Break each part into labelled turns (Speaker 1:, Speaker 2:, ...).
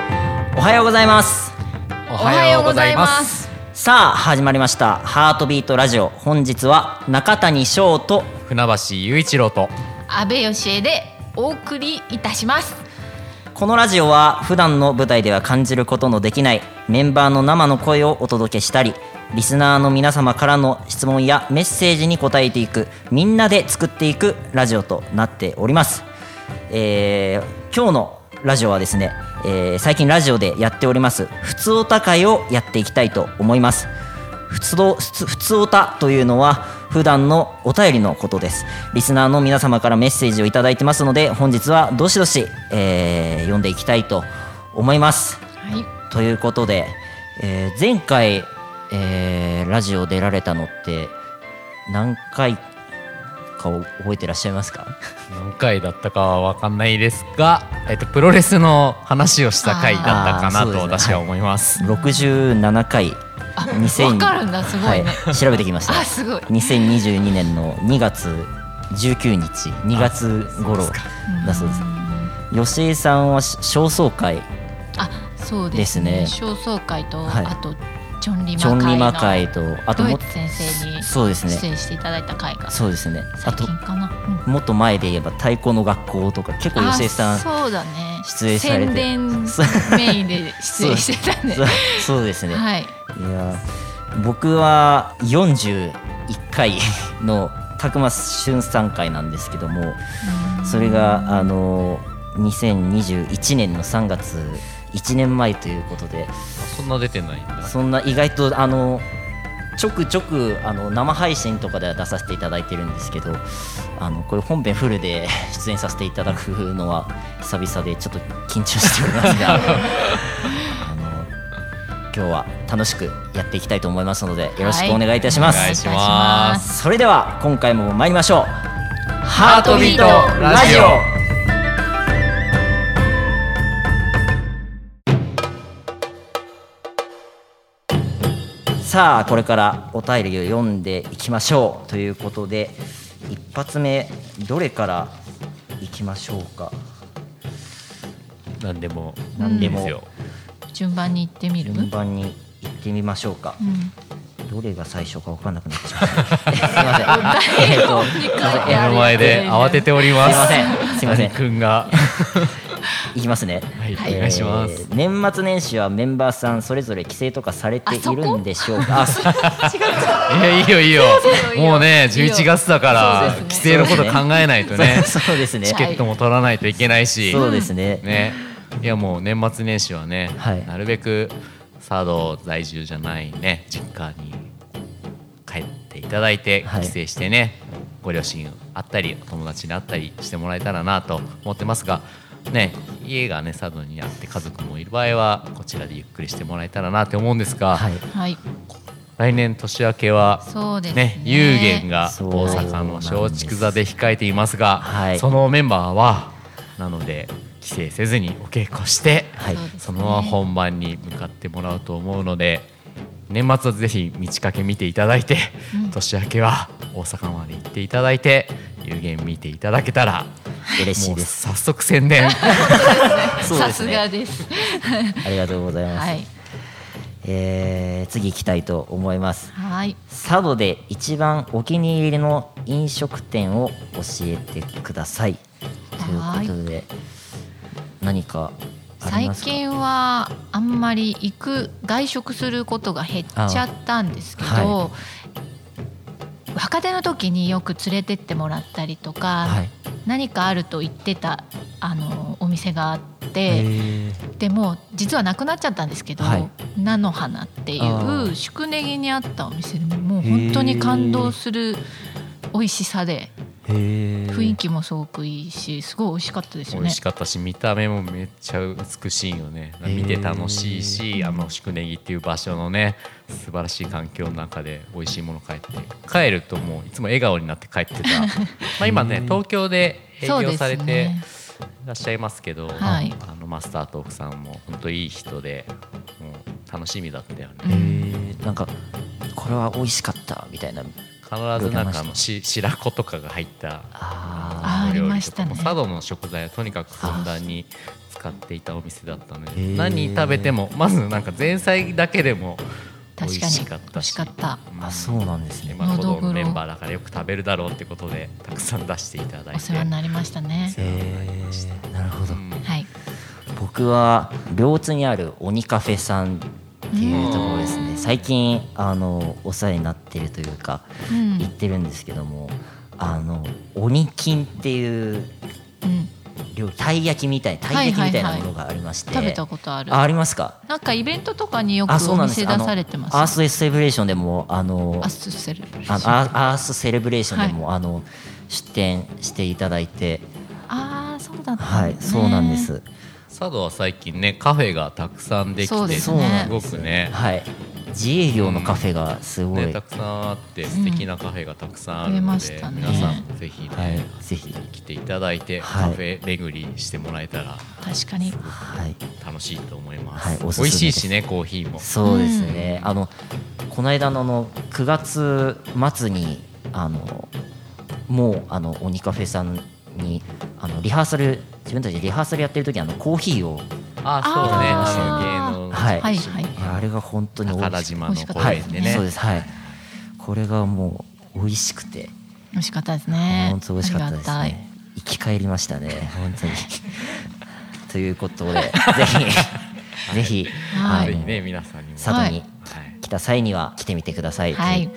Speaker 1: はようございます
Speaker 2: お
Speaker 3: おはようございます。
Speaker 1: さあ始まりましたハートビートラジオ本日は中谷翔と
Speaker 2: 船橋雄一郎と
Speaker 3: 安倍義恵でお送りいたします。
Speaker 1: このラジオは普段の舞台では感じることのできないメンバーの生の声をお届けしたりリスナーの皆様からの質問やメッセージに答えていくみんなで作っていくラジオとなっております、えー今日のラジオはですね、えー最近ラジオでやっております「ふつおた会」をやっていきたいと思います普通の普通普通おたというのは普段のお便りのことですリスナーの皆様からメッセージをいただいてますので本日はどしどし、えー読んでいきたいと思います
Speaker 3: はい。
Speaker 1: ということで、えー前回、えーラジオ出られたのって何回かを覚えてらっしゃいますか
Speaker 2: 何回だったかはわかんないですが、えっと、プロレスの話をした回だったか
Speaker 1: あー
Speaker 2: な
Speaker 1: そうで
Speaker 2: と
Speaker 1: すね
Speaker 2: 私は思います。
Speaker 1: 67回2000
Speaker 3: わかるんだすごいね
Speaker 1: はい、調べてきまし
Speaker 3: あ、
Speaker 1: た
Speaker 3: すごい。
Speaker 1: 2022年の2月19日2月頃
Speaker 2: そうですか
Speaker 1: だそうです
Speaker 3: ん
Speaker 1: 吉江さんはし焦燥会
Speaker 3: あ、そうですね。
Speaker 1: です
Speaker 3: 焦燥会と、
Speaker 1: はい
Speaker 3: あとチョンリマ
Speaker 1: チョンリマ会
Speaker 3: 会の
Speaker 1: とあとも
Speaker 3: ドイツ先生に
Speaker 1: そうです
Speaker 3: 出
Speaker 1: ね
Speaker 3: 演していただいた会が
Speaker 1: そうですねあ
Speaker 3: 最
Speaker 1: と
Speaker 3: 近かな。うん
Speaker 1: もっと前で言えば太鼓の学校とか結構吉江さん
Speaker 3: あそうだね。
Speaker 1: 出演されて
Speaker 3: 宣伝メインで出演してたね。
Speaker 1: そうそうですね、
Speaker 3: はい。
Speaker 1: い、や僕は41回のたくま俊さん会なんですけどもそれがあの2021年の3月1年前ということで
Speaker 2: そんな出てないんだ。
Speaker 1: そんな意外とあのちょくちょくあの生配信とかでは出させていただいてるんですけどあのこれ本編フルで 出演させていただくのは久々でちょっと緊張しておりますがあの今日は楽しくやっていきたいと思いますのでよろしくお願いいたします。
Speaker 2: お願いします
Speaker 3: す。
Speaker 1: それでは今回も参りましょうハ
Speaker 3: ートビート
Speaker 2: ラジオ
Speaker 1: さあこれからお便りを読んでいきましょうということで一発目どれからいきましょうか
Speaker 2: なんでも。
Speaker 1: 何でも
Speaker 2: ですよ。
Speaker 3: 順番に行ってみる。
Speaker 1: 順番に行ってみましょうか
Speaker 3: うん
Speaker 1: どれが最初か分かんなくなっちゃうすいません えっとすいません
Speaker 3: いや
Speaker 2: 目の前で慌てております
Speaker 1: い
Speaker 2: す。
Speaker 1: ませんすいません
Speaker 2: くんが。
Speaker 1: いきますね
Speaker 2: はい
Speaker 3: はい
Speaker 2: お願いします。
Speaker 1: えー年末年始はメンバーさんそれぞれ帰省とかされているんでしょうかあそう
Speaker 2: いやいいよいいよ
Speaker 3: そうよ
Speaker 2: もうね
Speaker 3: いいよ
Speaker 2: 11月だか
Speaker 3: そ
Speaker 2: ら
Speaker 3: うで
Speaker 2: 帰
Speaker 3: す
Speaker 1: ね
Speaker 2: 省のこと考えないとね
Speaker 1: そうですね
Speaker 2: チケットも取らないといけないし
Speaker 1: そうですね
Speaker 2: ねいやもう年末年始はね、
Speaker 1: はい
Speaker 2: なるべく佐渡在住じゃないね実家に帰っていただいて
Speaker 1: はい
Speaker 2: 帰省してね、ご両親あったりお友達に会ったりしてもらえたらなと思ってますがね家がね佐渡にあって家族もいる場合はこちらでゆっくりしてもらえたらなって思うんですが、
Speaker 1: はい
Speaker 3: はい。
Speaker 2: 来年年明けは
Speaker 3: そうですね
Speaker 2: ね。有限が
Speaker 1: そう
Speaker 2: 大阪の松竹座で控えていますが、
Speaker 1: はい
Speaker 2: そのメンバーはなので帰省せずにお稽古して、
Speaker 1: はい
Speaker 3: そうですね
Speaker 2: そのまま本番に向かってもらうと思うので年末はぜひ道かけ見ていただいて、
Speaker 3: うん
Speaker 2: 年明けは大阪まで行っていただいて有限見ていただけたら
Speaker 1: 嬉しい
Speaker 2: も
Speaker 1: うです
Speaker 2: 早速宣伝
Speaker 1: そう
Speaker 3: さ
Speaker 1: ですす
Speaker 3: が
Speaker 1: ね
Speaker 3: です。
Speaker 1: ありがとうございます、
Speaker 3: はい。
Speaker 1: えー次行きたいと思います
Speaker 3: はい。
Speaker 1: 佐渡で一番お気に入りの飲食店を教えてくださいということで何かあり
Speaker 3: 最
Speaker 1: ますか
Speaker 3: 近はあんまり行く外食することが減っちゃったんですけど、
Speaker 1: あは
Speaker 3: 若手の時によく連れてってもらったりとか、
Speaker 1: はい
Speaker 3: 何かあると言ってたあのお店があって
Speaker 1: えー
Speaker 3: でも実はなくなっちゃったんですけど、
Speaker 1: はい
Speaker 3: 菜の花ってい
Speaker 1: あー
Speaker 3: う宿根木にあったお店でもう本当に感動する美味しさで
Speaker 1: へー
Speaker 3: 雰囲気もすごくいいしすごい美味しかったです
Speaker 2: 美
Speaker 3: よね
Speaker 2: 味し。かったし見た目もめっちゃ美しいよね
Speaker 1: へー
Speaker 2: 見て楽しいしあの宿根木っていう場所のね素晴らしい環境の中で美味しいもの帰って帰るともういつも笑顔になって帰 ってたまあ今ね東京で営
Speaker 3: そう
Speaker 2: 業
Speaker 3: です
Speaker 2: されて
Speaker 3: ね
Speaker 2: いらっしゃいますけど
Speaker 3: はい
Speaker 2: あのマスタートークさんも本当いい人でもう楽しみだったよね
Speaker 3: う
Speaker 1: へ
Speaker 3: ん
Speaker 1: ーなんかこれは美味しかったみたいな
Speaker 2: 必ずなんかあのし白子とかが入った
Speaker 1: あ
Speaker 2: のお
Speaker 3: あーあり
Speaker 2: 料
Speaker 3: ま
Speaker 2: 理
Speaker 3: し
Speaker 2: と
Speaker 3: た
Speaker 2: か
Speaker 3: ね
Speaker 2: も佐渡の食材をとにかくふんだんに使っていたお店だったの
Speaker 4: へ
Speaker 2: で
Speaker 4: ー
Speaker 2: 何食べてもまずなんか前菜だけでも美味
Speaker 3: 確かに
Speaker 2: しかっ
Speaker 3: 美
Speaker 2: た
Speaker 3: 味し
Speaker 2: し
Speaker 3: かった
Speaker 2: うん
Speaker 4: あそうなんですね
Speaker 2: まあ、子
Speaker 3: のどぐろ
Speaker 2: 供メンバーだからよく食べるだろうってことでたくさん出していただいて
Speaker 3: お世話になりましたね
Speaker 2: 世話になりました
Speaker 4: えーなるほど
Speaker 2: うん
Speaker 3: はい
Speaker 1: 僕は両津にある鬼カフェさんっていうところですね最近あのお世話になってるというか
Speaker 3: うん
Speaker 1: 行ってるんですけどもあの鬼金っていう
Speaker 3: うん
Speaker 1: 料理たい焼きみたいたい焼きみたいなものがありまして、
Speaker 3: 食べたことある
Speaker 1: あありますか
Speaker 3: なんかイベントとかによく
Speaker 1: あそう
Speaker 3: お
Speaker 1: なんです
Speaker 3: 店出
Speaker 1: あの
Speaker 3: されてます
Speaker 1: アースエスセレブレーションでもあの
Speaker 3: アスセル
Speaker 1: あのアアースセレブレーションでも、あの出店していただいて
Speaker 3: あーそうだったんだね
Speaker 1: はい、そうなんです
Speaker 2: 佐渡は最近ねカフェがたくさんできて
Speaker 3: そうですね
Speaker 2: すごくね
Speaker 1: はい自営業のカフェがすごい、
Speaker 2: ねたくさんあって素敵なカフェがたくさんある
Speaker 3: 増え
Speaker 2: の
Speaker 3: ま
Speaker 2: で、
Speaker 3: したね
Speaker 2: 皆さんぜひね、
Speaker 1: はいぜひ
Speaker 2: 来ていただいて、
Speaker 1: はい
Speaker 2: カフェ巡りしてもらえたら
Speaker 3: 確かに
Speaker 1: はい
Speaker 2: 楽しいと思います,、
Speaker 1: はいおすすめで
Speaker 2: 美味
Speaker 1: す
Speaker 2: しいしねコーヒーも
Speaker 1: そうですね、あのこの間のあの9月末にあのもうあの鬼カフェさんにあのリハーサル自分たちでリハーサルやってる時にあのコーヒーを、
Speaker 2: あそうね
Speaker 3: あー
Speaker 2: あの芸能
Speaker 1: はい
Speaker 3: はいはい
Speaker 1: いやあれが本当に美
Speaker 2: 宝
Speaker 1: 味しく
Speaker 2: 島の公
Speaker 1: はい
Speaker 2: 園でね、
Speaker 1: そうですはいこれがもう美味しくて
Speaker 3: 美味しかったですね
Speaker 1: 本当美味しかったです
Speaker 3: ありが
Speaker 1: ね生き返りましたね本当にということでぜひぜひ、
Speaker 3: は
Speaker 1: あ
Speaker 3: い
Speaker 2: ぜひ
Speaker 1: の
Speaker 2: ね皆さんにも、
Speaker 1: 佐渡に
Speaker 2: はい
Speaker 1: 来た際には来てみてください、
Speaker 3: たいはい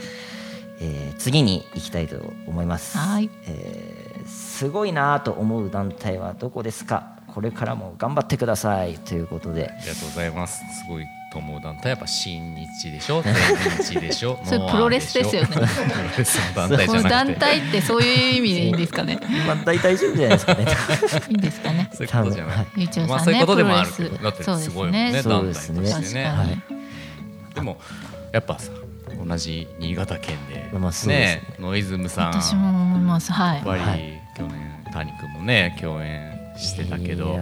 Speaker 1: えー次に行きたいと思います、
Speaker 3: はい
Speaker 1: えーすごいなぁと思う団体はどこですかこれからも頑張ってくださいということで
Speaker 2: ありがとうございます。すごいと思う団体やっぱ新日でしょ、全日でしょ、
Speaker 3: それ
Speaker 2: ノア
Speaker 3: プロレス ですよね
Speaker 2: しょプロレスの団体
Speaker 3: こ
Speaker 2: じゃ
Speaker 3: の
Speaker 2: な
Speaker 3: 団
Speaker 2: くて、
Speaker 3: 体ってそういう意味でいいんで すかね
Speaker 1: まあ大体大丈夫じゃないですかね
Speaker 3: いいんですかね
Speaker 2: そういうことじゃな
Speaker 1: 多
Speaker 2: い
Speaker 1: 分。
Speaker 3: ゆうちょう
Speaker 2: まあ
Speaker 3: さん
Speaker 2: そういう
Speaker 3: ね
Speaker 2: こと
Speaker 3: プ
Speaker 2: で
Speaker 3: ロ
Speaker 2: もある
Speaker 3: レ
Speaker 2: け
Speaker 3: ス
Speaker 2: ど、だって
Speaker 3: そうです
Speaker 2: ごいもんね、
Speaker 3: す
Speaker 1: そう
Speaker 2: 団
Speaker 1: で
Speaker 2: 体
Speaker 1: す
Speaker 2: と
Speaker 1: ね
Speaker 2: して
Speaker 3: ね
Speaker 2: ね。
Speaker 1: は
Speaker 3: 確か
Speaker 1: い
Speaker 3: に
Speaker 2: でもやっぱさ、同じ新潟県で、
Speaker 1: まあそうですね
Speaker 2: ね、ノイズムさん、
Speaker 3: 私も思いますはい
Speaker 2: やっぱ
Speaker 1: は
Speaker 2: り去年谷君もね共演してたけ
Speaker 1: い
Speaker 2: ど
Speaker 1: や、
Speaker 2: あ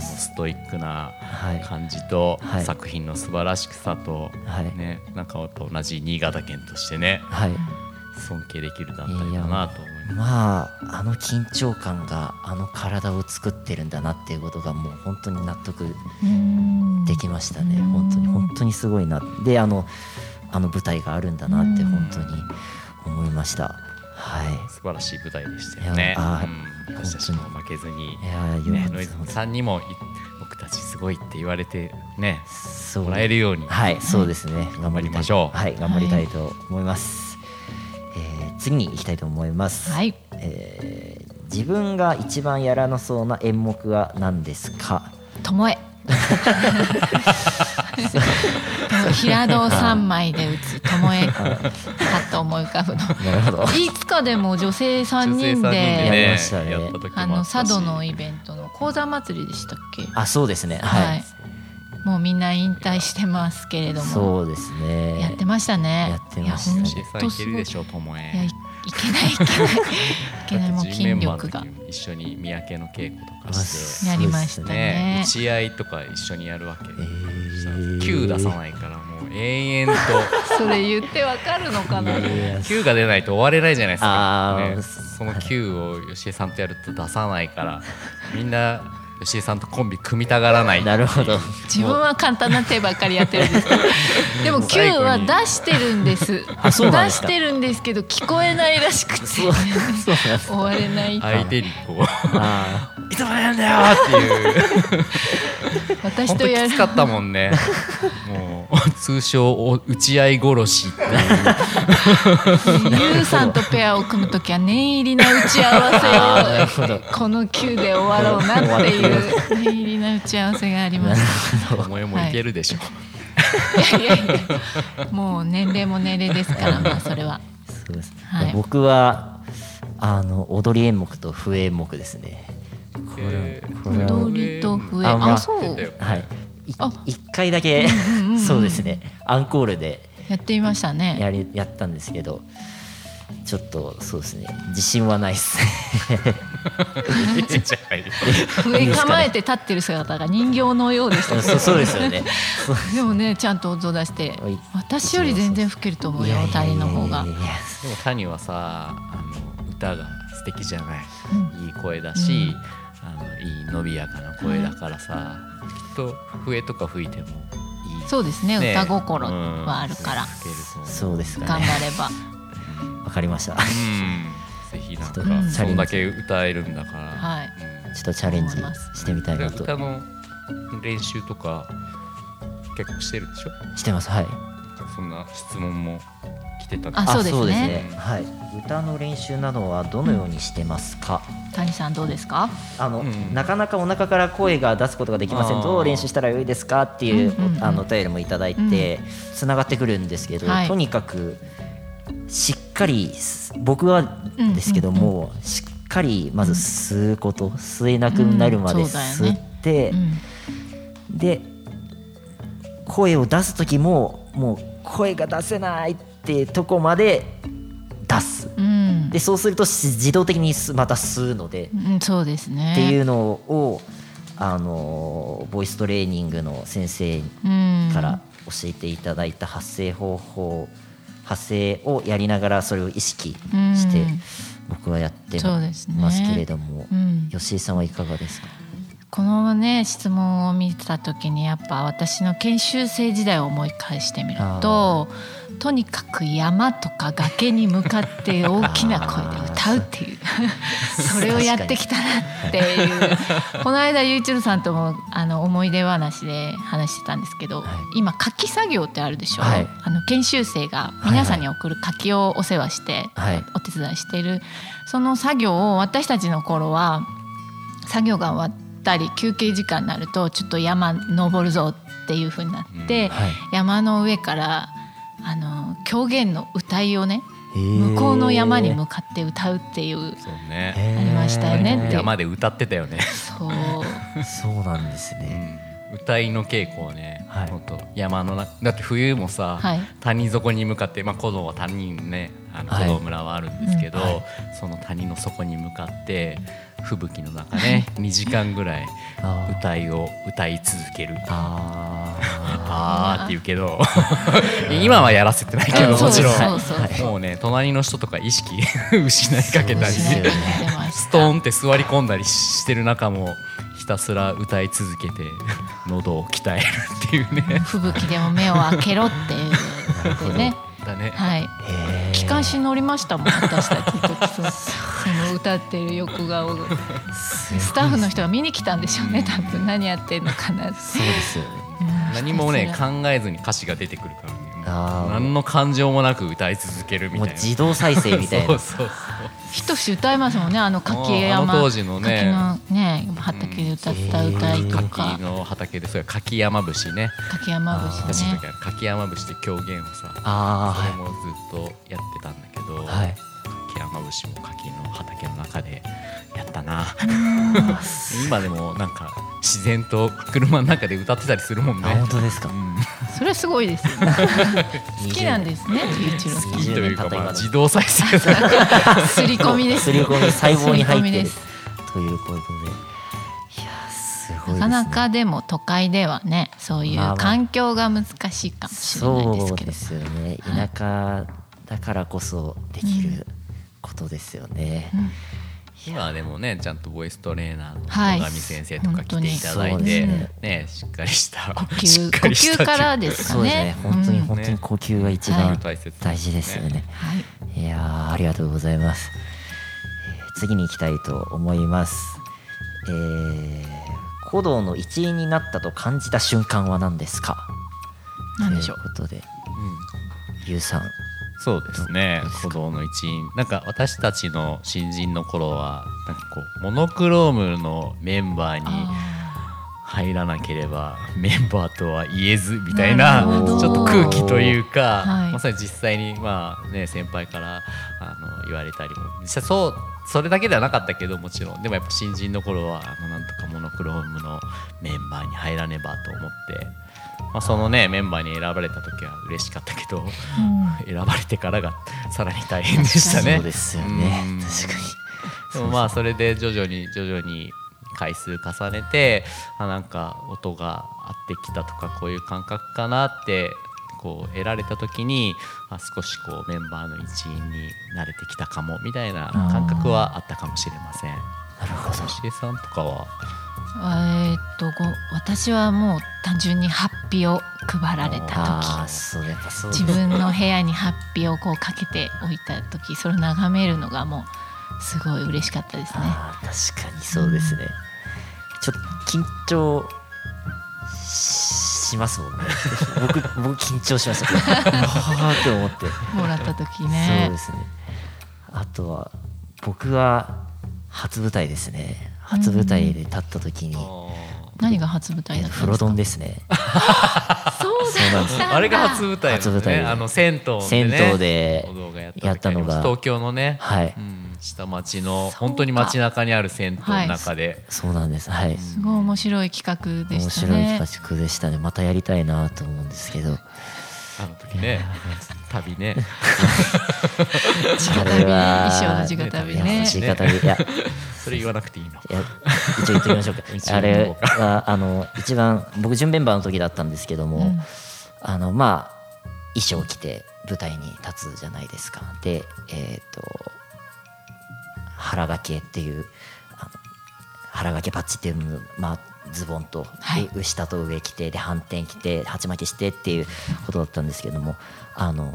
Speaker 1: ー
Speaker 2: ストイックな
Speaker 1: はい
Speaker 2: 感じと、
Speaker 1: はい
Speaker 2: 作品の素晴らしくさと、
Speaker 1: はい
Speaker 2: ね、なんかやっぱ同じ新潟県としてね、
Speaker 1: はい
Speaker 2: 尊敬できる団体だなと思います。
Speaker 1: まああの緊張感があの体を作ってるんだなっていうことがもう本当に納得
Speaker 3: うん
Speaker 1: できましたね、
Speaker 3: うん
Speaker 1: 本当に本当にすごいなであのあの舞台があるんだなって
Speaker 3: うん
Speaker 1: 本当に思いました、はい
Speaker 2: 素晴らしい舞台でしたよね
Speaker 1: いや。あ
Speaker 2: うん私たちも負けず
Speaker 1: い
Speaker 2: に、
Speaker 1: やーよか
Speaker 2: ね
Speaker 1: っ、た
Speaker 2: ノ
Speaker 1: で
Speaker 2: イ
Speaker 1: す
Speaker 2: ズ
Speaker 1: 本当に
Speaker 2: さんにもい僕たちすごいって言われてね、
Speaker 1: そう
Speaker 2: もらえるように、
Speaker 1: はいそうですね頑張りたい
Speaker 2: 頑張りましょう
Speaker 1: はい頑張りたいと思います、えー次に行きたいと思います、
Speaker 3: はい
Speaker 1: えー自分が一番やらなそうな演目は何です か
Speaker 3: ともえ平戸三枚で打つともえかと思い浮か ぶの
Speaker 1: なるほど
Speaker 3: いつかでも女性三
Speaker 2: 女性三
Speaker 3: 人
Speaker 2: 人
Speaker 1: や
Speaker 2: で
Speaker 1: り
Speaker 2: ね
Speaker 1: ま
Speaker 2: や
Speaker 1: したね
Speaker 2: った時も
Speaker 3: あ
Speaker 2: あ
Speaker 3: の
Speaker 2: ったし
Speaker 3: 佐渡のイベントの講座祭りでしたっけ
Speaker 1: あそうですね
Speaker 3: は
Speaker 1: はいい、、
Speaker 3: もうみんな引退してますけれども
Speaker 1: そうですね
Speaker 3: やってましたね
Speaker 1: やってました
Speaker 3: いや
Speaker 2: 吉井さん
Speaker 3: 本当
Speaker 2: い
Speaker 3: す
Speaker 2: け
Speaker 3: ご
Speaker 2: る
Speaker 3: い
Speaker 2: でしょう、とも
Speaker 3: いやい
Speaker 2: え
Speaker 3: い。けないいけないいけないもう筋
Speaker 2: だって G メンバ
Speaker 3: 力が
Speaker 2: ーの時も一緒に三宅の稽古とか
Speaker 1: ます
Speaker 2: し
Speaker 3: やりました
Speaker 2: て、
Speaker 3: ね
Speaker 2: ね、打ち合いとか一緒にやるわけ。
Speaker 1: えー
Speaker 2: 九出さないからもう延々
Speaker 3: それ言ってわかるのかな
Speaker 2: と九が出ないと終われないじゃないですか、
Speaker 1: あー
Speaker 2: ねその九を吉江さんとやると出さない からみんな吉江さんとコンビ組みたがらない
Speaker 1: なるほど
Speaker 3: 自分は簡単な手ばっかりやってるんですけどでも Q
Speaker 2: 最後
Speaker 3: は
Speaker 2: に
Speaker 3: 出してるんです
Speaker 1: あそうなん
Speaker 3: 出
Speaker 1: です
Speaker 3: し
Speaker 1: か
Speaker 3: てるんですけど聞こえないらしくて
Speaker 1: そうそうなんです
Speaker 3: 終 われない
Speaker 2: 相手にこ う
Speaker 1: あ
Speaker 2: 「いつまでやんだよ!」っていう
Speaker 3: 私
Speaker 2: 本
Speaker 3: と
Speaker 2: 当に
Speaker 3: や
Speaker 2: き
Speaker 3: る
Speaker 2: つかったも んねもう通称お打ち合い殺しっていう
Speaker 3: ゆうさんとペアを組むときは念入りな打ち合
Speaker 1: あーなる
Speaker 3: わ
Speaker 1: ほ
Speaker 3: せ
Speaker 1: ど
Speaker 3: をこの級で終わろうなっていう念入りな打ち合わせがあります。
Speaker 2: 思いもいけるでしょ、
Speaker 3: いやいやいや もう年齢も年齢ですから、まあそれは。
Speaker 1: ーそうです、
Speaker 3: はい
Speaker 1: 僕はあの踊り演目と笛演目ですねこれ
Speaker 2: えー
Speaker 1: これは
Speaker 3: 踊りと笛。
Speaker 1: あまあ
Speaker 3: あ、そう。
Speaker 1: はい。い
Speaker 3: あ
Speaker 1: 一回だけ、そうですね。アンコールで
Speaker 3: やっていましたね。
Speaker 1: やりやったんですけど、ちょっとそうですね。自信はない です。
Speaker 2: じゃあ
Speaker 3: 笛構えて立ってる姿が人形のようでしたね。
Speaker 1: そうそうですよね。そう
Speaker 3: でもね、ちゃんと音を出して
Speaker 1: はい、
Speaker 3: 私より全然吹けると思うよ、谷の方が
Speaker 1: いやいやいやい。や
Speaker 2: でも谷はさあの歌が素敵じゃない
Speaker 3: うん
Speaker 2: いい声だし、あのいい伸びやかな声だからさ、きっと笛とか吹いてもいい
Speaker 3: そうですね
Speaker 2: ね
Speaker 3: 歌心はあるから、
Speaker 2: うん吹けると思
Speaker 1: そうですか
Speaker 3: 頑
Speaker 1: ね
Speaker 3: 張れば、
Speaker 1: わかり ましたち
Speaker 2: うんぜひなん
Speaker 1: ちょ
Speaker 2: か
Speaker 1: っ
Speaker 3: と
Speaker 2: そんだけ歌えるんだから、
Speaker 3: はい
Speaker 2: うん
Speaker 1: ょっとチャレンジしてみたいなと
Speaker 2: 歌の練習とか結構してるでしょ
Speaker 1: してますはい
Speaker 2: そんな質問も来てたんで
Speaker 3: あそうですね
Speaker 1: はい歌の練習などはどのようにしてますか、
Speaker 3: 谷さんどうですか
Speaker 1: あの
Speaker 2: うん
Speaker 1: なかなかお腹から声が出すことができませ
Speaker 2: あ
Speaker 1: ん
Speaker 2: ー
Speaker 1: どう練習したらよいですかっていう、
Speaker 3: うんうんうん
Speaker 1: あのお便りもいただいてつながってくるんですけど、
Speaker 3: はい
Speaker 1: とにかくしっかりす僕はですけども、しっかりまず吸うこと吸えなくなるまで
Speaker 3: うんそうだよ
Speaker 1: 吸
Speaker 3: ね
Speaker 1: って、
Speaker 3: うん
Speaker 1: で声を出す時ももう声が出せないってとこまで出す
Speaker 3: うん
Speaker 1: でそうするとし自動的にすまた吸うので。
Speaker 3: うんそうですね
Speaker 1: っていううのを、あのボイストレーニングの先生から教えていただいた発声方法発声をやりながらそれを意識して
Speaker 3: うん
Speaker 1: 僕はやって
Speaker 3: そうですね
Speaker 1: ますけれども、
Speaker 3: うん
Speaker 1: 吉井さんはいかがですか
Speaker 3: このね質問を見た時にやっぱ私の研修生時代を思い返してみるととにかく山とか崖に向かって大きな声で歌うっていう それをやってきたなっていうこの間 YouTube さんともあの思い出話で話してたんですけど、
Speaker 1: はい
Speaker 3: 今柿作業ってあるでしょ、
Speaker 1: はい
Speaker 3: あの研修生が皆さんに送る柿をお世話して
Speaker 1: はい
Speaker 3: お手伝いしているその作業を私たちの頃は作業が終わったり休憩時間になるとちょっと山登るぞっていう風になって、
Speaker 2: うん
Speaker 1: はい
Speaker 3: 山の上からあの狂言の歌いをね向こうの山に向かって歌うっていう
Speaker 2: そうね
Speaker 1: へー
Speaker 3: ありましたよねっていう
Speaker 2: 山で歌ってたよね、
Speaker 3: そう
Speaker 1: そうなんですね、
Speaker 2: 歌いの稽古はね、
Speaker 1: はい
Speaker 2: ほんと山の中だって冬もさ、
Speaker 3: はい
Speaker 2: 谷底に向かって、まあ、古道は谷ねあの
Speaker 1: はい
Speaker 2: 古道村はあるんですけど、
Speaker 1: うんはい
Speaker 2: その谷の底に向かって吹雪の中ね2時間ぐらい
Speaker 1: あー
Speaker 2: 歌いを歌い続ける。
Speaker 1: あ
Speaker 2: あーって言うけ ど今はやらせてないけど
Speaker 1: うん
Speaker 2: もちろん
Speaker 3: そうそうそう
Speaker 1: はい
Speaker 2: もうね隣の人とか意識 失いかけたり
Speaker 1: そうですよね
Speaker 3: 出ました
Speaker 2: ストーンって座り込んだりしてる中もひたすら歌い続けて喉を鍛えるっていうね
Speaker 3: 吹雪でも目を開けろっていうね
Speaker 2: だね、
Speaker 3: はい
Speaker 1: ーへー
Speaker 3: 機関士乗りましたもん私たちの時そうその歌ってる 横顔をスタッフの人が見に来たんでしょうね多分何やってんのかなって
Speaker 1: そうですよね
Speaker 2: 何もね
Speaker 3: ひた
Speaker 2: 考えずに歌詞が出てくるからね
Speaker 1: あー
Speaker 2: 何の感情もなく歌い続けるみ
Speaker 1: も
Speaker 2: た
Speaker 1: う
Speaker 2: いな
Speaker 1: 自動再生みたい
Speaker 2: そ
Speaker 1: な
Speaker 2: うそうそう
Speaker 3: ひとし歌いますもんねあの柿
Speaker 2: あ
Speaker 3: 山
Speaker 2: の当時のね
Speaker 3: 柿のね畑で歌った
Speaker 1: うん
Speaker 3: 歌いとか
Speaker 2: 柿の畑でそうや柿山節ね
Speaker 3: 柿山
Speaker 1: あ
Speaker 3: 節
Speaker 2: 私の
Speaker 3: ね
Speaker 2: 時は柿山節って狂言をさ
Speaker 1: あ
Speaker 2: それ
Speaker 1: ー
Speaker 2: もずっとやってたんだけど、
Speaker 1: はい、はい
Speaker 2: 柿山節も柿の畑の中でやったな 今でもなんか自然と車の中で歌ってたりするもん
Speaker 1: あ
Speaker 2: ね
Speaker 1: 本当ですか
Speaker 3: それはすごいですよね好きなんですねゆうちろうさん
Speaker 2: いいというか、
Speaker 1: 20年経っ
Speaker 2: まあ、
Speaker 1: た今でも
Speaker 2: 自動再生だ
Speaker 3: すり込みです
Speaker 1: すり込み細胞に入って
Speaker 3: 刷り込みで
Speaker 1: る
Speaker 3: す
Speaker 1: ということでいやーすごいですね
Speaker 3: なかなかでも都会ではねそうい
Speaker 1: まあま
Speaker 3: う
Speaker 1: あ
Speaker 3: 環境が難しいかもしれないです
Speaker 1: そう
Speaker 3: けど
Speaker 1: ですよね田舎だからこそできることですよね、
Speaker 2: 今はでもねちゃんとボイストレーナーの
Speaker 3: はい
Speaker 2: 野上先生とか来ていただい
Speaker 1: 本当に
Speaker 2: て、
Speaker 1: そう
Speaker 2: ねしっかりした
Speaker 3: 呼
Speaker 2: しっ
Speaker 3: 吸呼
Speaker 2: かりし
Speaker 3: 吸
Speaker 2: た
Speaker 3: から
Speaker 2: 自
Speaker 3: です
Speaker 1: そ
Speaker 3: か
Speaker 1: うですね
Speaker 3: ね。
Speaker 1: 本当に
Speaker 3: うん
Speaker 1: 本当に呼吸が一
Speaker 2: は
Speaker 1: 番
Speaker 2: い大切ですね
Speaker 1: 大事ですよね、
Speaker 3: はい、
Speaker 1: いやーありがとうございます、えー次に行きたいと思いますえー古道の一員になったと感じた瞬間は何ですか
Speaker 3: なんでしょう
Speaker 1: ということで
Speaker 2: うん
Speaker 1: ゆうさん
Speaker 2: そうですね鼓動の一員なんか私たちの新人の頃はなんかこうモノクロームのメンバーに
Speaker 3: あ
Speaker 2: 入らなければメンバーとは言えずみたいな
Speaker 3: なるほど
Speaker 2: ちょっと空気というか、
Speaker 3: はい
Speaker 2: まさに実際にまあね先輩からあの言われたりも実際そうそれだけではなかったけどもちろんでもやっぱ新人の頃はあのなんとかモノクロームのメンバーに入らねばと思って、まあ、そのねメンバーに選ばれた時は嬉しかったけど。
Speaker 3: ーうん
Speaker 2: 選ばれてからがさらに大変でしたね。
Speaker 1: そうですよね
Speaker 2: うん
Speaker 1: 確かに
Speaker 2: でもまあそれで徐々に徐々に回数重ねてあなんか音が合ってきたとかこういう感覚かなってこう得られた時にあ少しこうメンバーの一員に慣れてきたかもみたいな感覚はあったかもしれません。
Speaker 1: なるほど
Speaker 2: しえさんとかは
Speaker 3: えーっとご私はもう単純にハッピーを配られた時
Speaker 1: あーそうやっぱそうです
Speaker 3: 自分の部屋にハッピーをこうかけておいた時それを眺めるのがもうすごい嬉しかったですね。
Speaker 1: あー確かにそうですね、ちょっと緊張します もんね僕僕緊張しましたはあって思って、
Speaker 3: もらった時
Speaker 1: そう
Speaker 3: ね
Speaker 1: ですねあとは僕は初舞台ですね初舞台で立った時に、
Speaker 3: 何が初舞台だった
Speaker 1: 風
Speaker 3: んで
Speaker 1: 呂
Speaker 3: すか
Speaker 1: 丼ですね
Speaker 3: そうだったんだ
Speaker 2: あれが初舞台なんです
Speaker 1: 初舞台
Speaker 2: ね。
Speaker 1: で
Speaker 2: あの銭湯でね
Speaker 1: 銭湯で
Speaker 2: お堂がやった時
Speaker 1: やったのが
Speaker 2: 東京のね、
Speaker 1: はい
Speaker 2: うん、下町の本当に街中にある銭湯の中で、
Speaker 1: そうなんですはい
Speaker 3: すごい面白い企画で
Speaker 1: 面
Speaker 3: した
Speaker 1: 白い
Speaker 3: ね
Speaker 1: 企画でしたねまたやりたいなと思うんですけど
Speaker 2: あの時 ね旅ね
Speaker 1: あれは
Speaker 3: 衣装の地下旅ね
Speaker 1: いや地下旅いや
Speaker 2: それ言わなくていいの
Speaker 1: いや一応言ってみましょう
Speaker 2: 一
Speaker 1: か
Speaker 2: 応
Speaker 1: あ
Speaker 2: 言お
Speaker 1: れ
Speaker 2: うか
Speaker 1: はあの一番僕準メンバーの時だったんですけども、
Speaker 3: うん
Speaker 1: あのまあ衣装着て舞台に立つじゃないですかでえっ、と腹掛けっていうあの腹掛けパッチっていうのまあズボンと、
Speaker 3: はい
Speaker 1: で下と上着てで反転着て鉢巻きしてっていうことだったんですけどもあの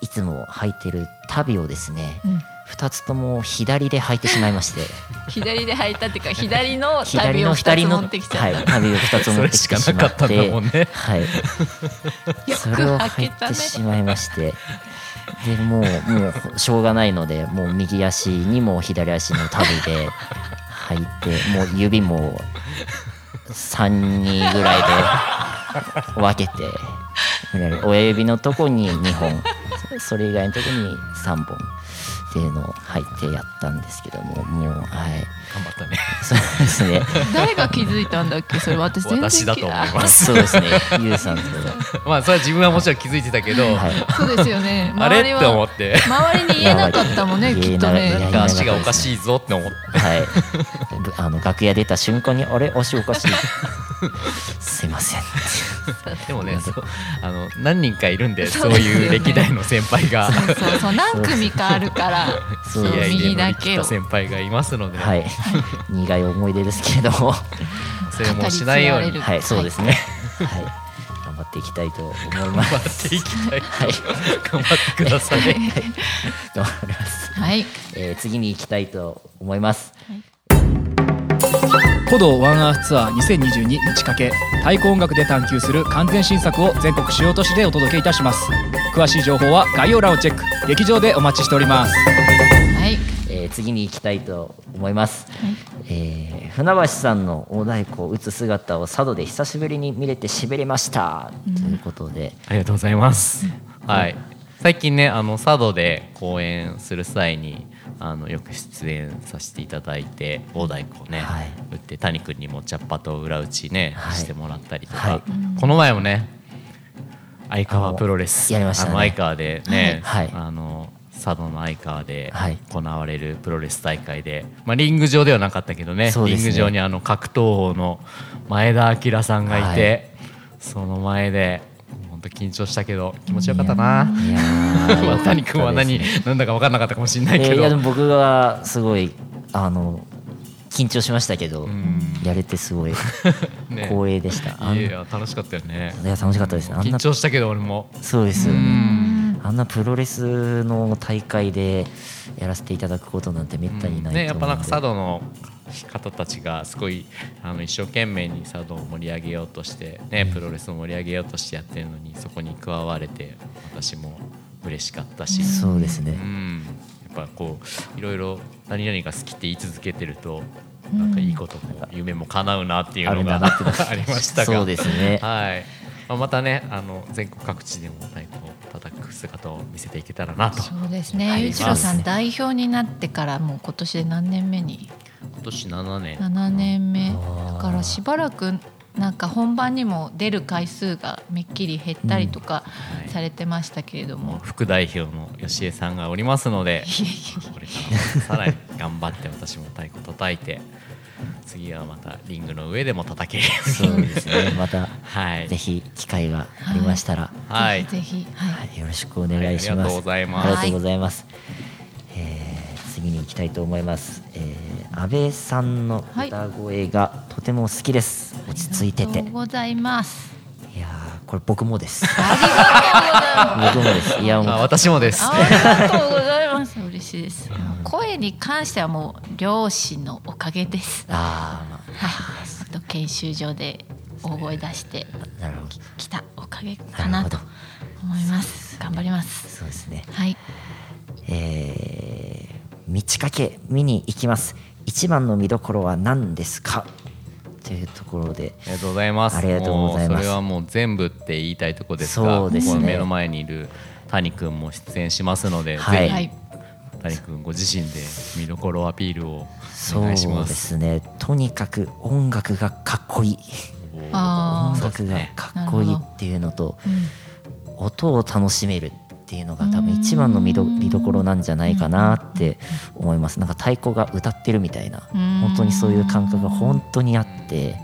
Speaker 1: いつも履いてる足袋をですね、
Speaker 3: うん
Speaker 1: 2つとも左で履いてしまいま して。
Speaker 3: 左で履いたっていうか左の
Speaker 1: 左
Speaker 3: 旅
Speaker 1: の
Speaker 3: を
Speaker 1: 二
Speaker 3: 2
Speaker 1: 人
Speaker 3: つ
Speaker 1: の
Speaker 3: 持
Speaker 1: は
Speaker 3: っ
Speaker 1: い
Speaker 3: てきちゃった、
Speaker 1: 旅を二つ持ってきてしまって
Speaker 2: それしかなかったんだもんね
Speaker 1: はい
Speaker 3: よ
Speaker 1: そ
Speaker 3: く
Speaker 1: れを
Speaker 3: 履
Speaker 1: 入
Speaker 3: け
Speaker 1: ったて
Speaker 3: ね
Speaker 1: しまいましてでもうもうしょうがないのでもう右足にも左足の旅で履いてもう指も3二ぐらいで分けて親指のとこに2本それ以外のとこに3本っていうのを履いてやったんですけどももうはい
Speaker 2: 頑張ったね
Speaker 1: そうですね
Speaker 3: 誰が気づいたんだっけそれ私全然
Speaker 2: 私だと思います
Speaker 1: あそうですね、ゆうさんとか。
Speaker 2: まあそれは自分はもちろん気づいてたけど、
Speaker 1: はい。
Speaker 3: あそうですよね
Speaker 2: あれ
Speaker 3: 周りは
Speaker 2: って思って
Speaker 3: 周りに言えなかったも んね
Speaker 1: いや
Speaker 3: きっと
Speaker 1: 言えな
Speaker 3: ね
Speaker 1: い
Speaker 2: 足がおかしいぞって思って
Speaker 1: はい。 ぶあの楽屋出た瞬間に、あれ、足おかし い。すいません。
Speaker 2: でもねそうあの何人かいるんで
Speaker 3: そ
Speaker 2: そうう
Speaker 3: ですよね
Speaker 2: いう歴代の先輩が
Speaker 3: そうそうそう何組かあるから
Speaker 1: そ
Speaker 3: そうう
Speaker 1: ですね
Speaker 3: 右
Speaker 2: 気合
Speaker 3: だ
Speaker 2: いで乗り切っ
Speaker 3: け
Speaker 2: た
Speaker 3: を
Speaker 2: 先輩がいますので、
Speaker 1: はい。苦い思い出ですけれども。
Speaker 2: それもしないよう
Speaker 3: 語
Speaker 2: に
Speaker 3: り継がれる
Speaker 1: はい、そうですね。はい。頑張っていきたいと思いま
Speaker 2: 頑
Speaker 1: す。
Speaker 2: 張っていきたい、
Speaker 1: はい。
Speaker 2: 頑張ってください
Speaker 1: 頑張ります。
Speaker 3: はい
Speaker 1: えー次に行きたいと思います。
Speaker 4: 古道ワンアースツアー2022にちかけ太鼓音楽で探求する完全新作を全国主要都市でお届けいたします詳しい情報は概要欄をチェック劇場でお待ちしております
Speaker 3: はい
Speaker 1: えー次に行きたいと思います、えー船橋さんの大太鼓を打つ姿を佐渡で久しぶりに見れてしびれました、ということ で
Speaker 2: ありがとうございます。 はい。最近ね、あの佐渡で公演する際に、あのよく出演させていただいて、大太鼓をね、
Speaker 1: はい
Speaker 2: 打って谷君にも茶っ葉と裏打ちね、
Speaker 1: はい
Speaker 2: してもらったりとか、
Speaker 1: はい
Speaker 2: この前もね、相川プロレス、
Speaker 1: あやりましたね
Speaker 2: あの相川でね、
Speaker 1: はい
Speaker 2: あの佐渡の相川で
Speaker 1: はい
Speaker 2: 行われるプロレス大会で、まあリング上ではなかったけどね、
Speaker 1: そう
Speaker 2: リ
Speaker 1: で
Speaker 2: ン
Speaker 1: すね
Speaker 2: グ上にあの格闘法の前田明さんがいて。
Speaker 1: は
Speaker 2: その前で本当緊張したけど気持ちよかったない
Speaker 1: やー
Speaker 2: まあ谷君は
Speaker 1: 良
Speaker 2: 何
Speaker 1: かったですね
Speaker 2: なんだか分かんなかったかもしれない
Speaker 1: え
Speaker 2: け
Speaker 1: ーい
Speaker 2: ど、
Speaker 1: やでも僕はすごいあの緊張しましたけど、
Speaker 2: ん
Speaker 1: やれてすごい
Speaker 2: ね
Speaker 1: 光栄でした、あん
Speaker 2: いやいや楽しかったよね
Speaker 1: いや楽しかったですねあん
Speaker 2: 緊
Speaker 1: な
Speaker 2: 張したけど俺も
Speaker 1: そうですよ
Speaker 2: う
Speaker 1: ね
Speaker 2: ん
Speaker 1: あんなプロレスの大会でやらせていただくことなんてめったにないと思うので、
Speaker 2: ねやっぱなんか佐渡の方たちがすごいあの一生懸命に佐渡を盛り上げようとしてねプロレスを盛り上げようとしてやってるのにそこに加われて私も嬉しかったし
Speaker 1: そうですね、
Speaker 2: うん、やっぱこういろいろ何々が好きって言い続けてるとなんかいいことも夢も叶うなっていうのが
Speaker 1: あるんだなって
Speaker 2: ありましたが
Speaker 1: そうですね
Speaker 2: はいまあ、またねあの全国各地でも太鼓を叩く姿を見せていけたらなと
Speaker 3: そうです
Speaker 2: あ
Speaker 3: ね
Speaker 2: り
Speaker 3: ゆ
Speaker 2: ま
Speaker 3: う
Speaker 2: す
Speaker 3: ちろさん代表になってからもう今年で何年目に
Speaker 2: 今年7年
Speaker 3: 7年目
Speaker 1: ー
Speaker 3: だからしばらくなんか本番にも出る回数がめっきり減ったりとか
Speaker 2: うんはい
Speaker 3: されてましたけれども、
Speaker 2: もう副代表の吉江さんがおりますのでこれからもさらに頑張って私も太鼓叩いて次はまたリングの上でも叩けるよう
Speaker 1: そう
Speaker 2: に
Speaker 1: ですね。また、
Speaker 2: はい
Speaker 1: ぜひ機会がありましたら、
Speaker 2: はい
Speaker 3: ぜひぜひは
Speaker 1: はいいよろしくお願いします。
Speaker 2: はいありがとうございます
Speaker 1: ありがとうございます。えー次に行きたいと思います。えー、安倍さんの歌声がとても好きです。落ち着いて
Speaker 3: あ
Speaker 1: て。
Speaker 3: りがとうございます。
Speaker 1: いやーこれ僕も です。
Speaker 3: ありがとうございます。
Speaker 1: 僕もです。いやも
Speaker 2: あ
Speaker 1: う
Speaker 2: 私もです
Speaker 3: ありがとうございます。嬉しいです。声に関してはもう両親のおかげです。はい。
Speaker 1: あー、ま
Speaker 3: あと研修所で大声出して
Speaker 1: あ、なるほど。
Speaker 3: きたおかげかなと
Speaker 1: なる
Speaker 3: 思います。頑張ります。
Speaker 1: そうですね。
Speaker 3: はい。
Speaker 1: えー、道かけ見に行きます。一番の見どころは何ですかというところで。
Speaker 2: ありがとうございます。
Speaker 1: ありがとうございます
Speaker 2: もそれはもう全部って言いたいとこですが、
Speaker 1: そうですね
Speaker 2: ここ目の前にいる谷くんも出演しますので、
Speaker 1: はい
Speaker 2: ぜ
Speaker 3: はい。
Speaker 2: ひ谷くんご自身で見どころアピールをお
Speaker 1: そう
Speaker 2: 願
Speaker 1: で
Speaker 2: いします。
Speaker 1: すね。とにかく音楽がかっこいい。
Speaker 3: あ
Speaker 1: 音
Speaker 3: あ。
Speaker 1: 楽がかっこいいっていうのと、音を楽しめるっていうのが多分一番の見ど見どころなんじゃないかなって思いますなんか太鼓が歌ってるみたいな
Speaker 3: うん
Speaker 1: 本当にそういう感覚が本当にあって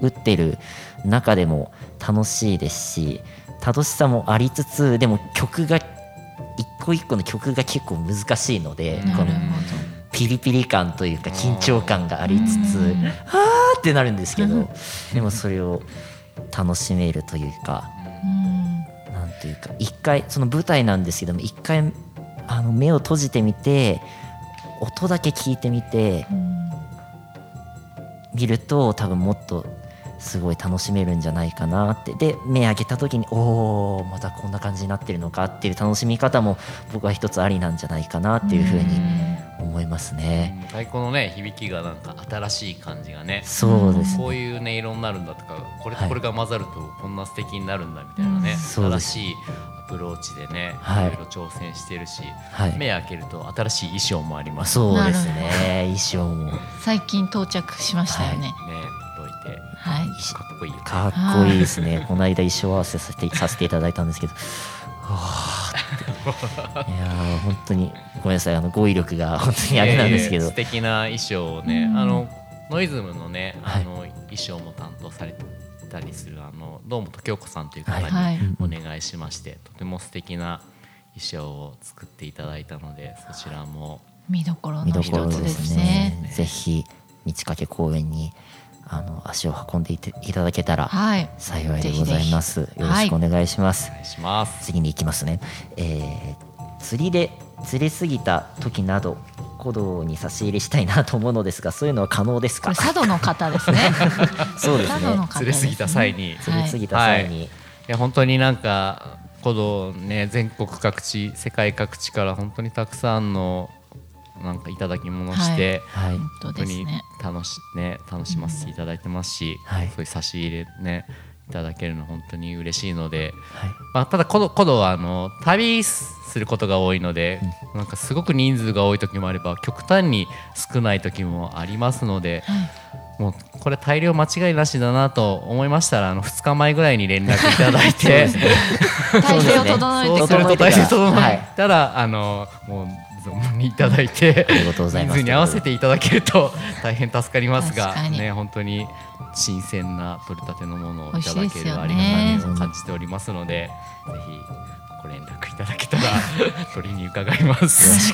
Speaker 1: 打ってる中でも楽しいですし楽しさもありつつでも曲が一個一個の曲が結構難しいので
Speaker 3: な
Speaker 1: こ
Speaker 3: るほ
Speaker 1: のピリピリ感というか緊張感がありつつ
Speaker 3: うん
Speaker 1: あーってなるんですけどでもそれを楽しめるというか
Speaker 3: ど。うん。
Speaker 1: なんていうか一回その舞台なんですけども一回あの目を閉じてみて音だけ聞いてみて
Speaker 3: うん
Speaker 1: 見ると多分もっとすごい楽しめるんじゃないかなってで目開けた時におおまたこんな感じになってるのかっていう楽しみ方も僕は一つありなんじゃないかなっていうふうに思いますね。
Speaker 2: 太鼓のね響きがなんか新しい感じがね、
Speaker 1: そうです
Speaker 2: こういう音色になるんだとか、これ
Speaker 1: は
Speaker 2: と
Speaker 1: い
Speaker 2: これが混ざるとこんな素敵になるんだみたいなね、
Speaker 1: そうで
Speaker 2: 新
Speaker 1: す
Speaker 2: しいアプローチでね、
Speaker 1: はい
Speaker 2: いろいろ挑戦してるし、
Speaker 1: はい
Speaker 2: 目開けると新しい衣装もあります。ね、
Speaker 1: そうですね衣装も
Speaker 3: 最近到着しましたよね。
Speaker 2: 届いて
Speaker 3: はい。
Speaker 2: かっこいいよね。
Speaker 1: かっこいいですね。この間衣装合わせさせてさせていただいたんですけど、はあっていやー本当にごめんなさいあの語彙力が本当にあれなんですけ
Speaker 2: いえいえ
Speaker 1: ど
Speaker 2: 素、敵な衣装をね、
Speaker 3: うん
Speaker 2: あのノイズムのね、
Speaker 1: はい
Speaker 2: あの衣装も担当されたりするあのどうもと京子さんという方に、
Speaker 3: はい
Speaker 2: お願いしまして、とても素敵な衣装を作っていただいたので、そちらも
Speaker 3: 見どころ
Speaker 1: 見ど
Speaker 3: の
Speaker 1: こ
Speaker 3: 一
Speaker 1: ろ
Speaker 3: つ
Speaker 1: で
Speaker 3: です
Speaker 1: す
Speaker 3: ね。
Speaker 1: ね。ぜひ道掛公園にあの足を運んでいていただけたら
Speaker 3: はい。
Speaker 1: 幸いでございます。
Speaker 3: ぜひぜひ
Speaker 1: よろしくお
Speaker 3: はい
Speaker 1: 願いします。
Speaker 2: お願いします。
Speaker 1: 次に行きますね、えー釣りで釣れすぎた時など古道に差し入れしたいなと思うのですがそういうのは可能です
Speaker 3: こ
Speaker 1: か
Speaker 3: れ佐渡の方ですね。
Speaker 1: そうですね
Speaker 3: 佐渡の方ですね。
Speaker 2: 釣れすぎた際に
Speaker 1: 釣りすぎた
Speaker 2: はい
Speaker 1: 際に、
Speaker 2: いや本当になんかこのね全国各地世界各地から本当にたくさんのなんかいただき物をして、
Speaker 1: はい
Speaker 3: 本当
Speaker 2: 本当
Speaker 3: です
Speaker 2: に
Speaker 3: ね。
Speaker 2: 楽し,、ね、楽しませていただいてますし、
Speaker 1: はい
Speaker 2: そういう差し入れねいただけるの本当に嬉しいので、
Speaker 1: はい
Speaker 2: まあ、ただコドコドはあの旅することが多いので、なんかすごく人数が多い時もあれば極端に少ない時もありますので、もうこれ大量間違いなしだなと思いましたらあの2日前ぐらいに連絡いただいて
Speaker 3: 体制を
Speaker 2: そ
Speaker 3: 整え
Speaker 2: う
Speaker 3: て
Speaker 2: す
Speaker 3: く
Speaker 2: る
Speaker 3: る。
Speaker 2: と大切と思
Speaker 1: は
Speaker 2: っ
Speaker 1: い
Speaker 2: たら、あのもう存分にいただいて
Speaker 1: りがとうござい ます
Speaker 2: 人数に合わせていただけると大変助かります
Speaker 3: 確か
Speaker 2: が、
Speaker 3: に
Speaker 2: ね、本当に新鮮な取れたてのものをい
Speaker 3: 美味したいで
Speaker 2: だけ
Speaker 3: す
Speaker 2: る
Speaker 3: よ
Speaker 2: あり
Speaker 3: ね
Speaker 2: がたみを感じておりますので、ぜひご連絡いただけたら取りに伺います。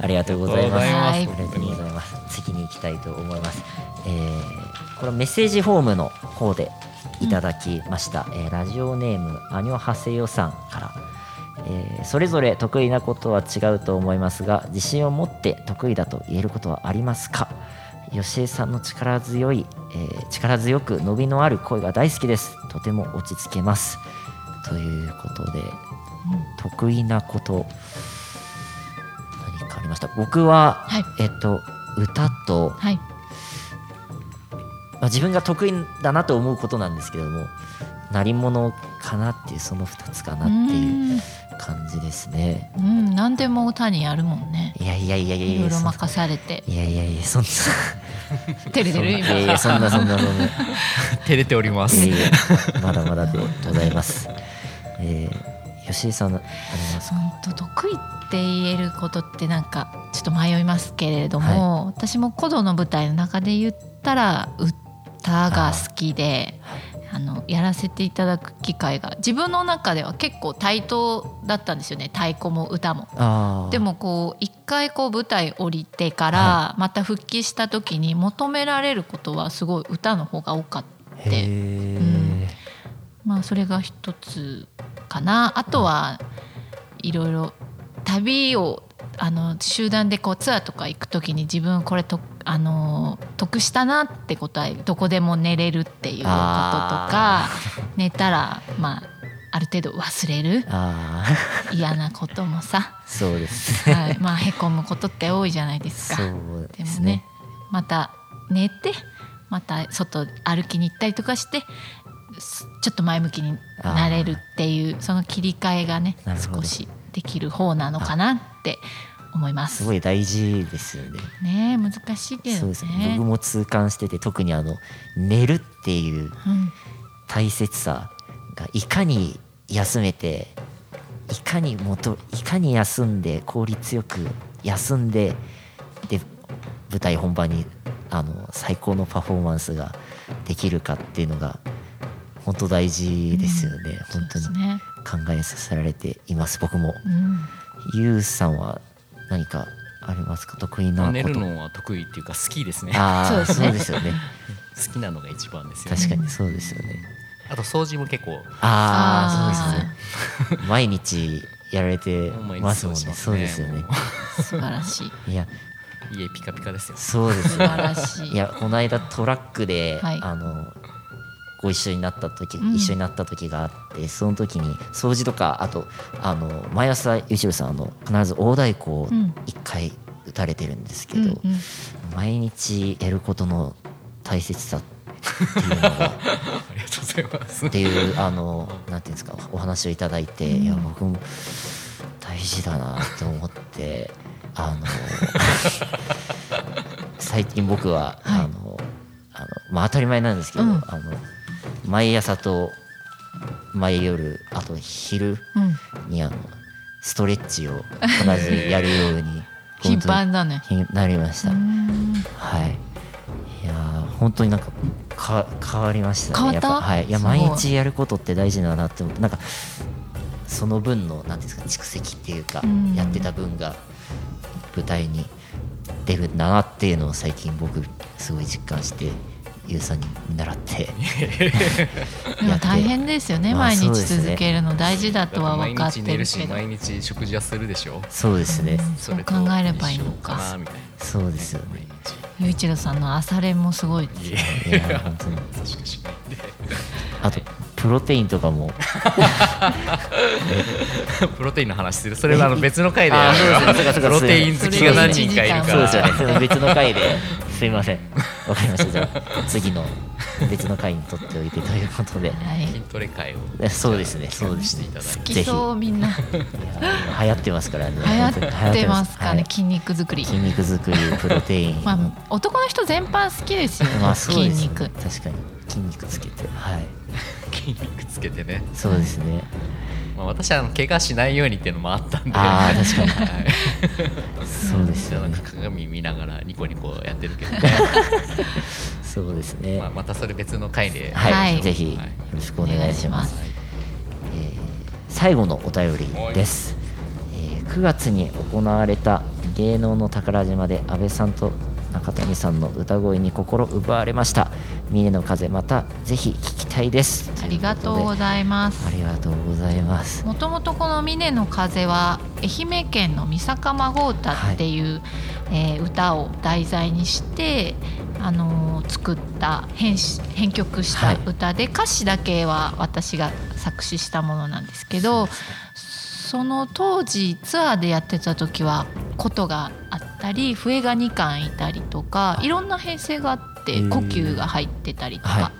Speaker 1: ありがとうございます。
Speaker 3: あ
Speaker 1: あ
Speaker 3: り
Speaker 1: り
Speaker 3: が
Speaker 1: が
Speaker 2: とう
Speaker 1: と
Speaker 2: ございます
Speaker 1: うございます。次に行きたいと思います。えーこれはメッセージフォームの方でいただきました。えーラジオネームアニョハセヨさんから。えーそれぞれ得意なことは違うと思いますが自信を持って得意だと言えることはありますか吉江さんの力強い、えー力強く伸びのある声が大好きですとても落ち着けますということで得意なこと何かありました僕は、
Speaker 3: はい
Speaker 1: えっと歌と、
Speaker 3: はい。
Speaker 1: まあ、自分が得意だなと思うことなんですけれども鳴り物かなっていうその2つかなっていう感じですね
Speaker 3: うんうん何でも歌にやるもんね。
Speaker 1: いやいやいやいや
Speaker 3: い
Speaker 1: い
Speaker 3: ろい
Speaker 1: や
Speaker 3: ろ
Speaker 1: そん
Speaker 3: 任されて。
Speaker 1: いやいやいやそんな
Speaker 3: て
Speaker 1: そ
Speaker 3: るて
Speaker 1: んな
Speaker 3: る
Speaker 1: いやい
Speaker 3: 今。
Speaker 1: やそんなそんなそんない
Speaker 2: 照れておりま
Speaker 1: や
Speaker 2: す。
Speaker 1: いやまだまだでございますえー、吉井さんありますか
Speaker 3: 本当得意って言えることってなんかちょっと迷いますけれども、私も古道の舞台の中で言うったら歌が好きであのやらせていただく機会が自分の中では結構対等だったんですよね太鼓も歌も。
Speaker 1: あー
Speaker 3: でもこう一回こう舞台降りてからまた復帰した時に求められることはすごい歌の方が多かった
Speaker 1: へえ、
Speaker 3: うんまあそれが一つかなあとはいろいろ旅をあの集団でこうツアーとか行く時に自分これとあの得したなってことはどこでも寝れるっていうこととか
Speaker 1: あ
Speaker 3: 寝たらまあある程度忘れる
Speaker 1: ああ、
Speaker 3: 嫌なこともさ
Speaker 1: そうですね
Speaker 3: はい、まあへこむことって多いじゃないですか。
Speaker 1: そう
Speaker 3: で
Speaker 1: で
Speaker 3: も
Speaker 1: す
Speaker 3: ね
Speaker 1: ね
Speaker 3: また寝てまた外歩きに行ったりとかしてすちょっと前向きになれるっていうその切り替えがね
Speaker 1: なるほど
Speaker 3: 少しできる方なのかなって思います
Speaker 1: す。ごい大事ですよね
Speaker 3: ねえ難しいけ
Speaker 1: そ
Speaker 3: ど
Speaker 1: うですね
Speaker 3: ね
Speaker 1: 僕。も痛感してて特にあの寝るっていう
Speaker 3: うん
Speaker 1: 大切さがいかに休めていかに元いかに休んで効率よく休んでで舞台本番にあの最高のパフォーマンスができるかっていうのが本当大事ですよね、
Speaker 3: そう
Speaker 1: 本当
Speaker 3: で
Speaker 1: に
Speaker 3: すね。
Speaker 1: 考えさせられています僕も
Speaker 3: うん
Speaker 1: ゆうさんは何かありますか得意なこと
Speaker 2: 寝るのは得意っていうか好きですね
Speaker 1: ああ
Speaker 3: そ
Speaker 1: そうう
Speaker 3: で
Speaker 1: ですよね
Speaker 2: 好きなのが一番ですよね
Speaker 1: 確かにそうですよね
Speaker 2: あと掃除も結構
Speaker 1: ああ
Speaker 3: あー
Speaker 1: そうですね 毎日やられてますもんね
Speaker 2: 毎日
Speaker 1: そうですよね
Speaker 2: も
Speaker 3: 素晴らしい
Speaker 1: いや
Speaker 2: う家ピカピカですよ
Speaker 1: そうです
Speaker 3: 素
Speaker 1: よ
Speaker 3: 晴
Speaker 1: ね
Speaker 3: らしい。
Speaker 1: いやこの間トラックで、
Speaker 3: はい
Speaker 1: あのご一緒になった時、
Speaker 3: うん
Speaker 1: 一緒になった時があってその時に掃除とかあとあの毎朝ゆうしろさんあの必ず大太鼓を
Speaker 3: うん
Speaker 1: 1回打たれてるん ですけ
Speaker 3: うん
Speaker 1: ど、
Speaker 3: うん
Speaker 1: 毎日やることの大切さっていうのが
Speaker 2: ありがとうございます
Speaker 1: っていうあのなんていうんですかお話をいただいて、いや僕も大事だなと思ってあの 最近僕は、
Speaker 3: はい
Speaker 1: あのあのまあ当たり前なんですけど、
Speaker 3: うん
Speaker 1: あの毎朝と毎夜あと昼
Speaker 3: うん
Speaker 1: にあのストレッチを必ずやるように
Speaker 3: 頻繁だね。
Speaker 1: 本当になりました。
Speaker 3: うん
Speaker 1: はい。いやー本当になんかか変わりましたね。
Speaker 3: 変わった
Speaker 1: やぱはい。いや
Speaker 3: すごい
Speaker 1: 毎日やることって大事だなって思ってなんかその分のなんていうんですか蓄積っていうか、
Speaker 3: うん
Speaker 1: やってた分が舞台に出るんだなっていうのを最近僕すごい実感して。ゆうさんに見習って
Speaker 3: でも大変ですよね
Speaker 1: まあ
Speaker 3: 毎
Speaker 1: そう
Speaker 3: 日
Speaker 1: ですね
Speaker 3: 続けるの大事だとは分かって
Speaker 2: 毎日寝
Speaker 3: る
Speaker 2: る
Speaker 3: け
Speaker 2: し
Speaker 3: ど。
Speaker 2: 毎日食事はするでしょ
Speaker 1: そうですね
Speaker 2: それと
Speaker 3: そう考えればいいのか
Speaker 2: 一緒なみたいな
Speaker 1: そうですよね
Speaker 3: ゆういちろさんの朝練もすごいです
Speaker 2: い
Speaker 3: ね。
Speaker 2: や
Speaker 1: いやー本当に
Speaker 2: 優しくしないんで
Speaker 1: あとプロテインとかも
Speaker 2: プロテインの話するそれはあの別の回で
Speaker 1: あそうですねそうかそうか
Speaker 2: プロテイン好きが何人かいるか
Speaker 1: そう
Speaker 2: ら
Speaker 1: ですよね。その別の回で、すいません。わかりました。じゃあ、次の別の回にとっておいてということで。
Speaker 2: 筋
Speaker 3: は
Speaker 2: トレ会を
Speaker 1: えそうですね、そうで
Speaker 2: し
Speaker 1: す
Speaker 2: て
Speaker 1: ね
Speaker 2: い。ただい
Speaker 3: い。
Speaker 2: て
Speaker 3: きそう みんな流
Speaker 1: いや流行ってますからね。
Speaker 3: 行ってますかね
Speaker 1: 本
Speaker 3: 筋肉作り
Speaker 1: 当。にはい筋肉作り、プロテイン。
Speaker 3: まあ男の人全般好きですよね。
Speaker 1: まあそう
Speaker 3: 筋
Speaker 1: ですね
Speaker 3: 肉。
Speaker 1: 確かに。筋肉つけて。はい。
Speaker 2: 筋肉つけてね、
Speaker 1: そうですね。
Speaker 2: まあ、私はあの怪我しないようにっていうのもあったんで
Speaker 1: ああ、確かに。
Speaker 2: はい
Speaker 1: そうです
Speaker 2: じゃあ
Speaker 1: よ
Speaker 2: な
Speaker 1: ね
Speaker 2: んか。鏡見ながらニコニコやってるけどね、
Speaker 1: そうですね
Speaker 2: まあ、。またそれ別の回で、
Speaker 1: は
Speaker 3: はい
Speaker 1: い。ぜひ、よ
Speaker 2: はい
Speaker 1: ろしくお願いします。
Speaker 2: はい
Speaker 1: えー最後のお便りです、えー9月に行われた芸能の宝島で安倍さんと中谷さんの歌声に心奪われました峰の風またぜひ聞きたいです
Speaker 3: ありがとうご
Speaker 1: い
Speaker 3: ざいま
Speaker 1: あ
Speaker 3: す。
Speaker 1: りがとうございます
Speaker 3: もともとこの「峰の風」は愛媛県の三坂孫歌っていう、えー歌を題材にして、あのー作った編し編曲した歌で、歌詞だけは私が作詞したものなんですけどその当時ツアーでやってた時は琴があったり笛が2巻いたりとかいろんな編成があって
Speaker 1: へー
Speaker 3: 呼吸が入ってたりとか、
Speaker 1: は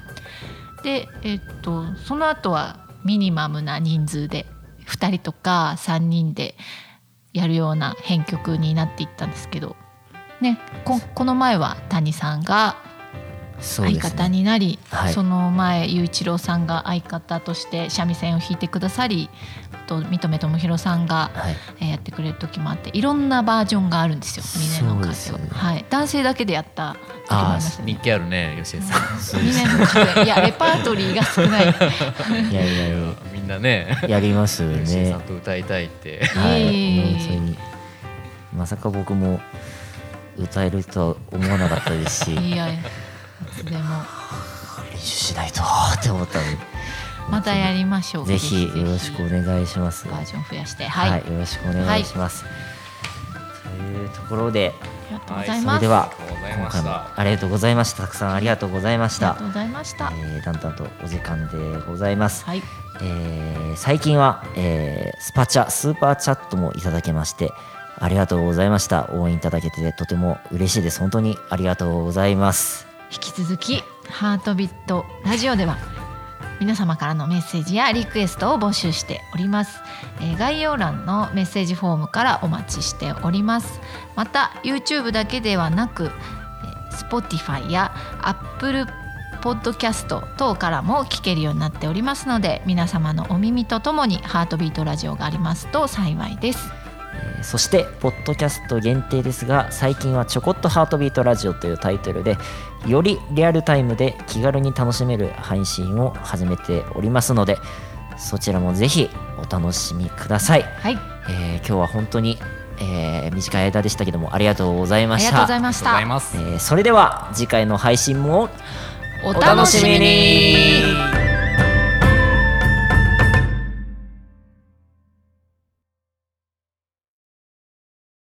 Speaker 3: で、えっとその後はミニマムな人数で2人とか3人でやるような編曲になっていったんですけど、ね、ここの前は谷さんが
Speaker 1: そうです
Speaker 3: 相
Speaker 1: ね
Speaker 3: 方になりそ,、
Speaker 1: はい
Speaker 3: の前雄一郎さんが相方として三味線を弾いてくださりあと三留智弘さんが、
Speaker 1: はい
Speaker 3: えーやってくれる時もあっていろんなバージョンがあるんですよミ
Speaker 1: そ
Speaker 3: ネの
Speaker 1: うで
Speaker 3: 風
Speaker 1: すよ
Speaker 3: は、
Speaker 1: ね
Speaker 3: はい、男性だけでやった時もあり
Speaker 2: あ
Speaker 3: ま
Speaker 2: あ
Speaker 3: すね
Speaker 2: 日記あるね吉江さん
Speaker 3: ミネの風い やレパートリーが少ないい
Speaker 1: いやいやいや
Speaker 2: みんなね
Speaker 1: やりますよ
Speaker 2: 吉江さ
Speaker 1: ね
Speaker 2: んと歌いたいって
Speaker 1: はい
Speaker 3: えいえいえ
Speaker 1: 本当にまさか僕も歌えるとは思わなかったですし練
Speaker 3: やいつでも
Speaker 1: 習しないとって思ったので
Speaker 3: またやりましょう
Speaker 1: ぜひよろしくお願いします。
Speaker 3: バージョン増やして
Speaker 1: はい、
Speaker 3: はい、
Speaker 1: よろしくお願いします。というところで、
Speaker 3: ありがとうござい
Speaker 1: そ
Speaker 3: ま
Speaker 1: れ
Speaker 3: す、
Speaker 1: では
Speaker 2: ありがとうござい
Speaker 1: 今
Speaker 2: ました
Speaker 1: 回もありがとうございました。たくさんありがとうございまし
Speaker 3: あり
Speaker 1: た
Speaker 3: がと。うございました、
Speaker 1: えー、だんだんとお時間でございます。
Speaker 3: はい
Speaker 1: えー最近は、えースパチャスーパーチャットもいただけましてありがとうございました応援いただけてとても嬉しいです本当にありがとうございます
Speaker 3: 引き続き「ハートビットラジオ」では皆様からのメッセージやリクエストを募集しております、えー概要欄のメッセージフォームからお待ちしておりますまた YouTube だけではなくえー Spotify や Apple Podcast 等からも聞けるようになっておりますので皆様のお耳とともに「ハートビートラジオ」がありますと幸いです
Speaker 1: えーそしてポッドキャスト限定ですが最近は「ちょこっとハートビートラジオ」というタイトルでよりリアルタイムで気軽に楽しめる配信を始めておりますのでそちらもぜひお楽しみください、
Speaker 3: はい
Speaker 1: えー今日は本当に、えー短い間でしたけどもありがとうござい
Speaker 3: あ
Speaker 1: ま
Speaker 3: り
Speaker 1: し
Speaker 3: がとう
Speaker 1: た
Speaker 3: ございま
Speaker 2: ありが
Speaker 3: し
Speaker 2: とうござい
Speaker 3: た
Speaker 2: ます
Speaker 1: えーそれでは次回の配信も
Speaker 3: お
Speaker 1: お楽しみに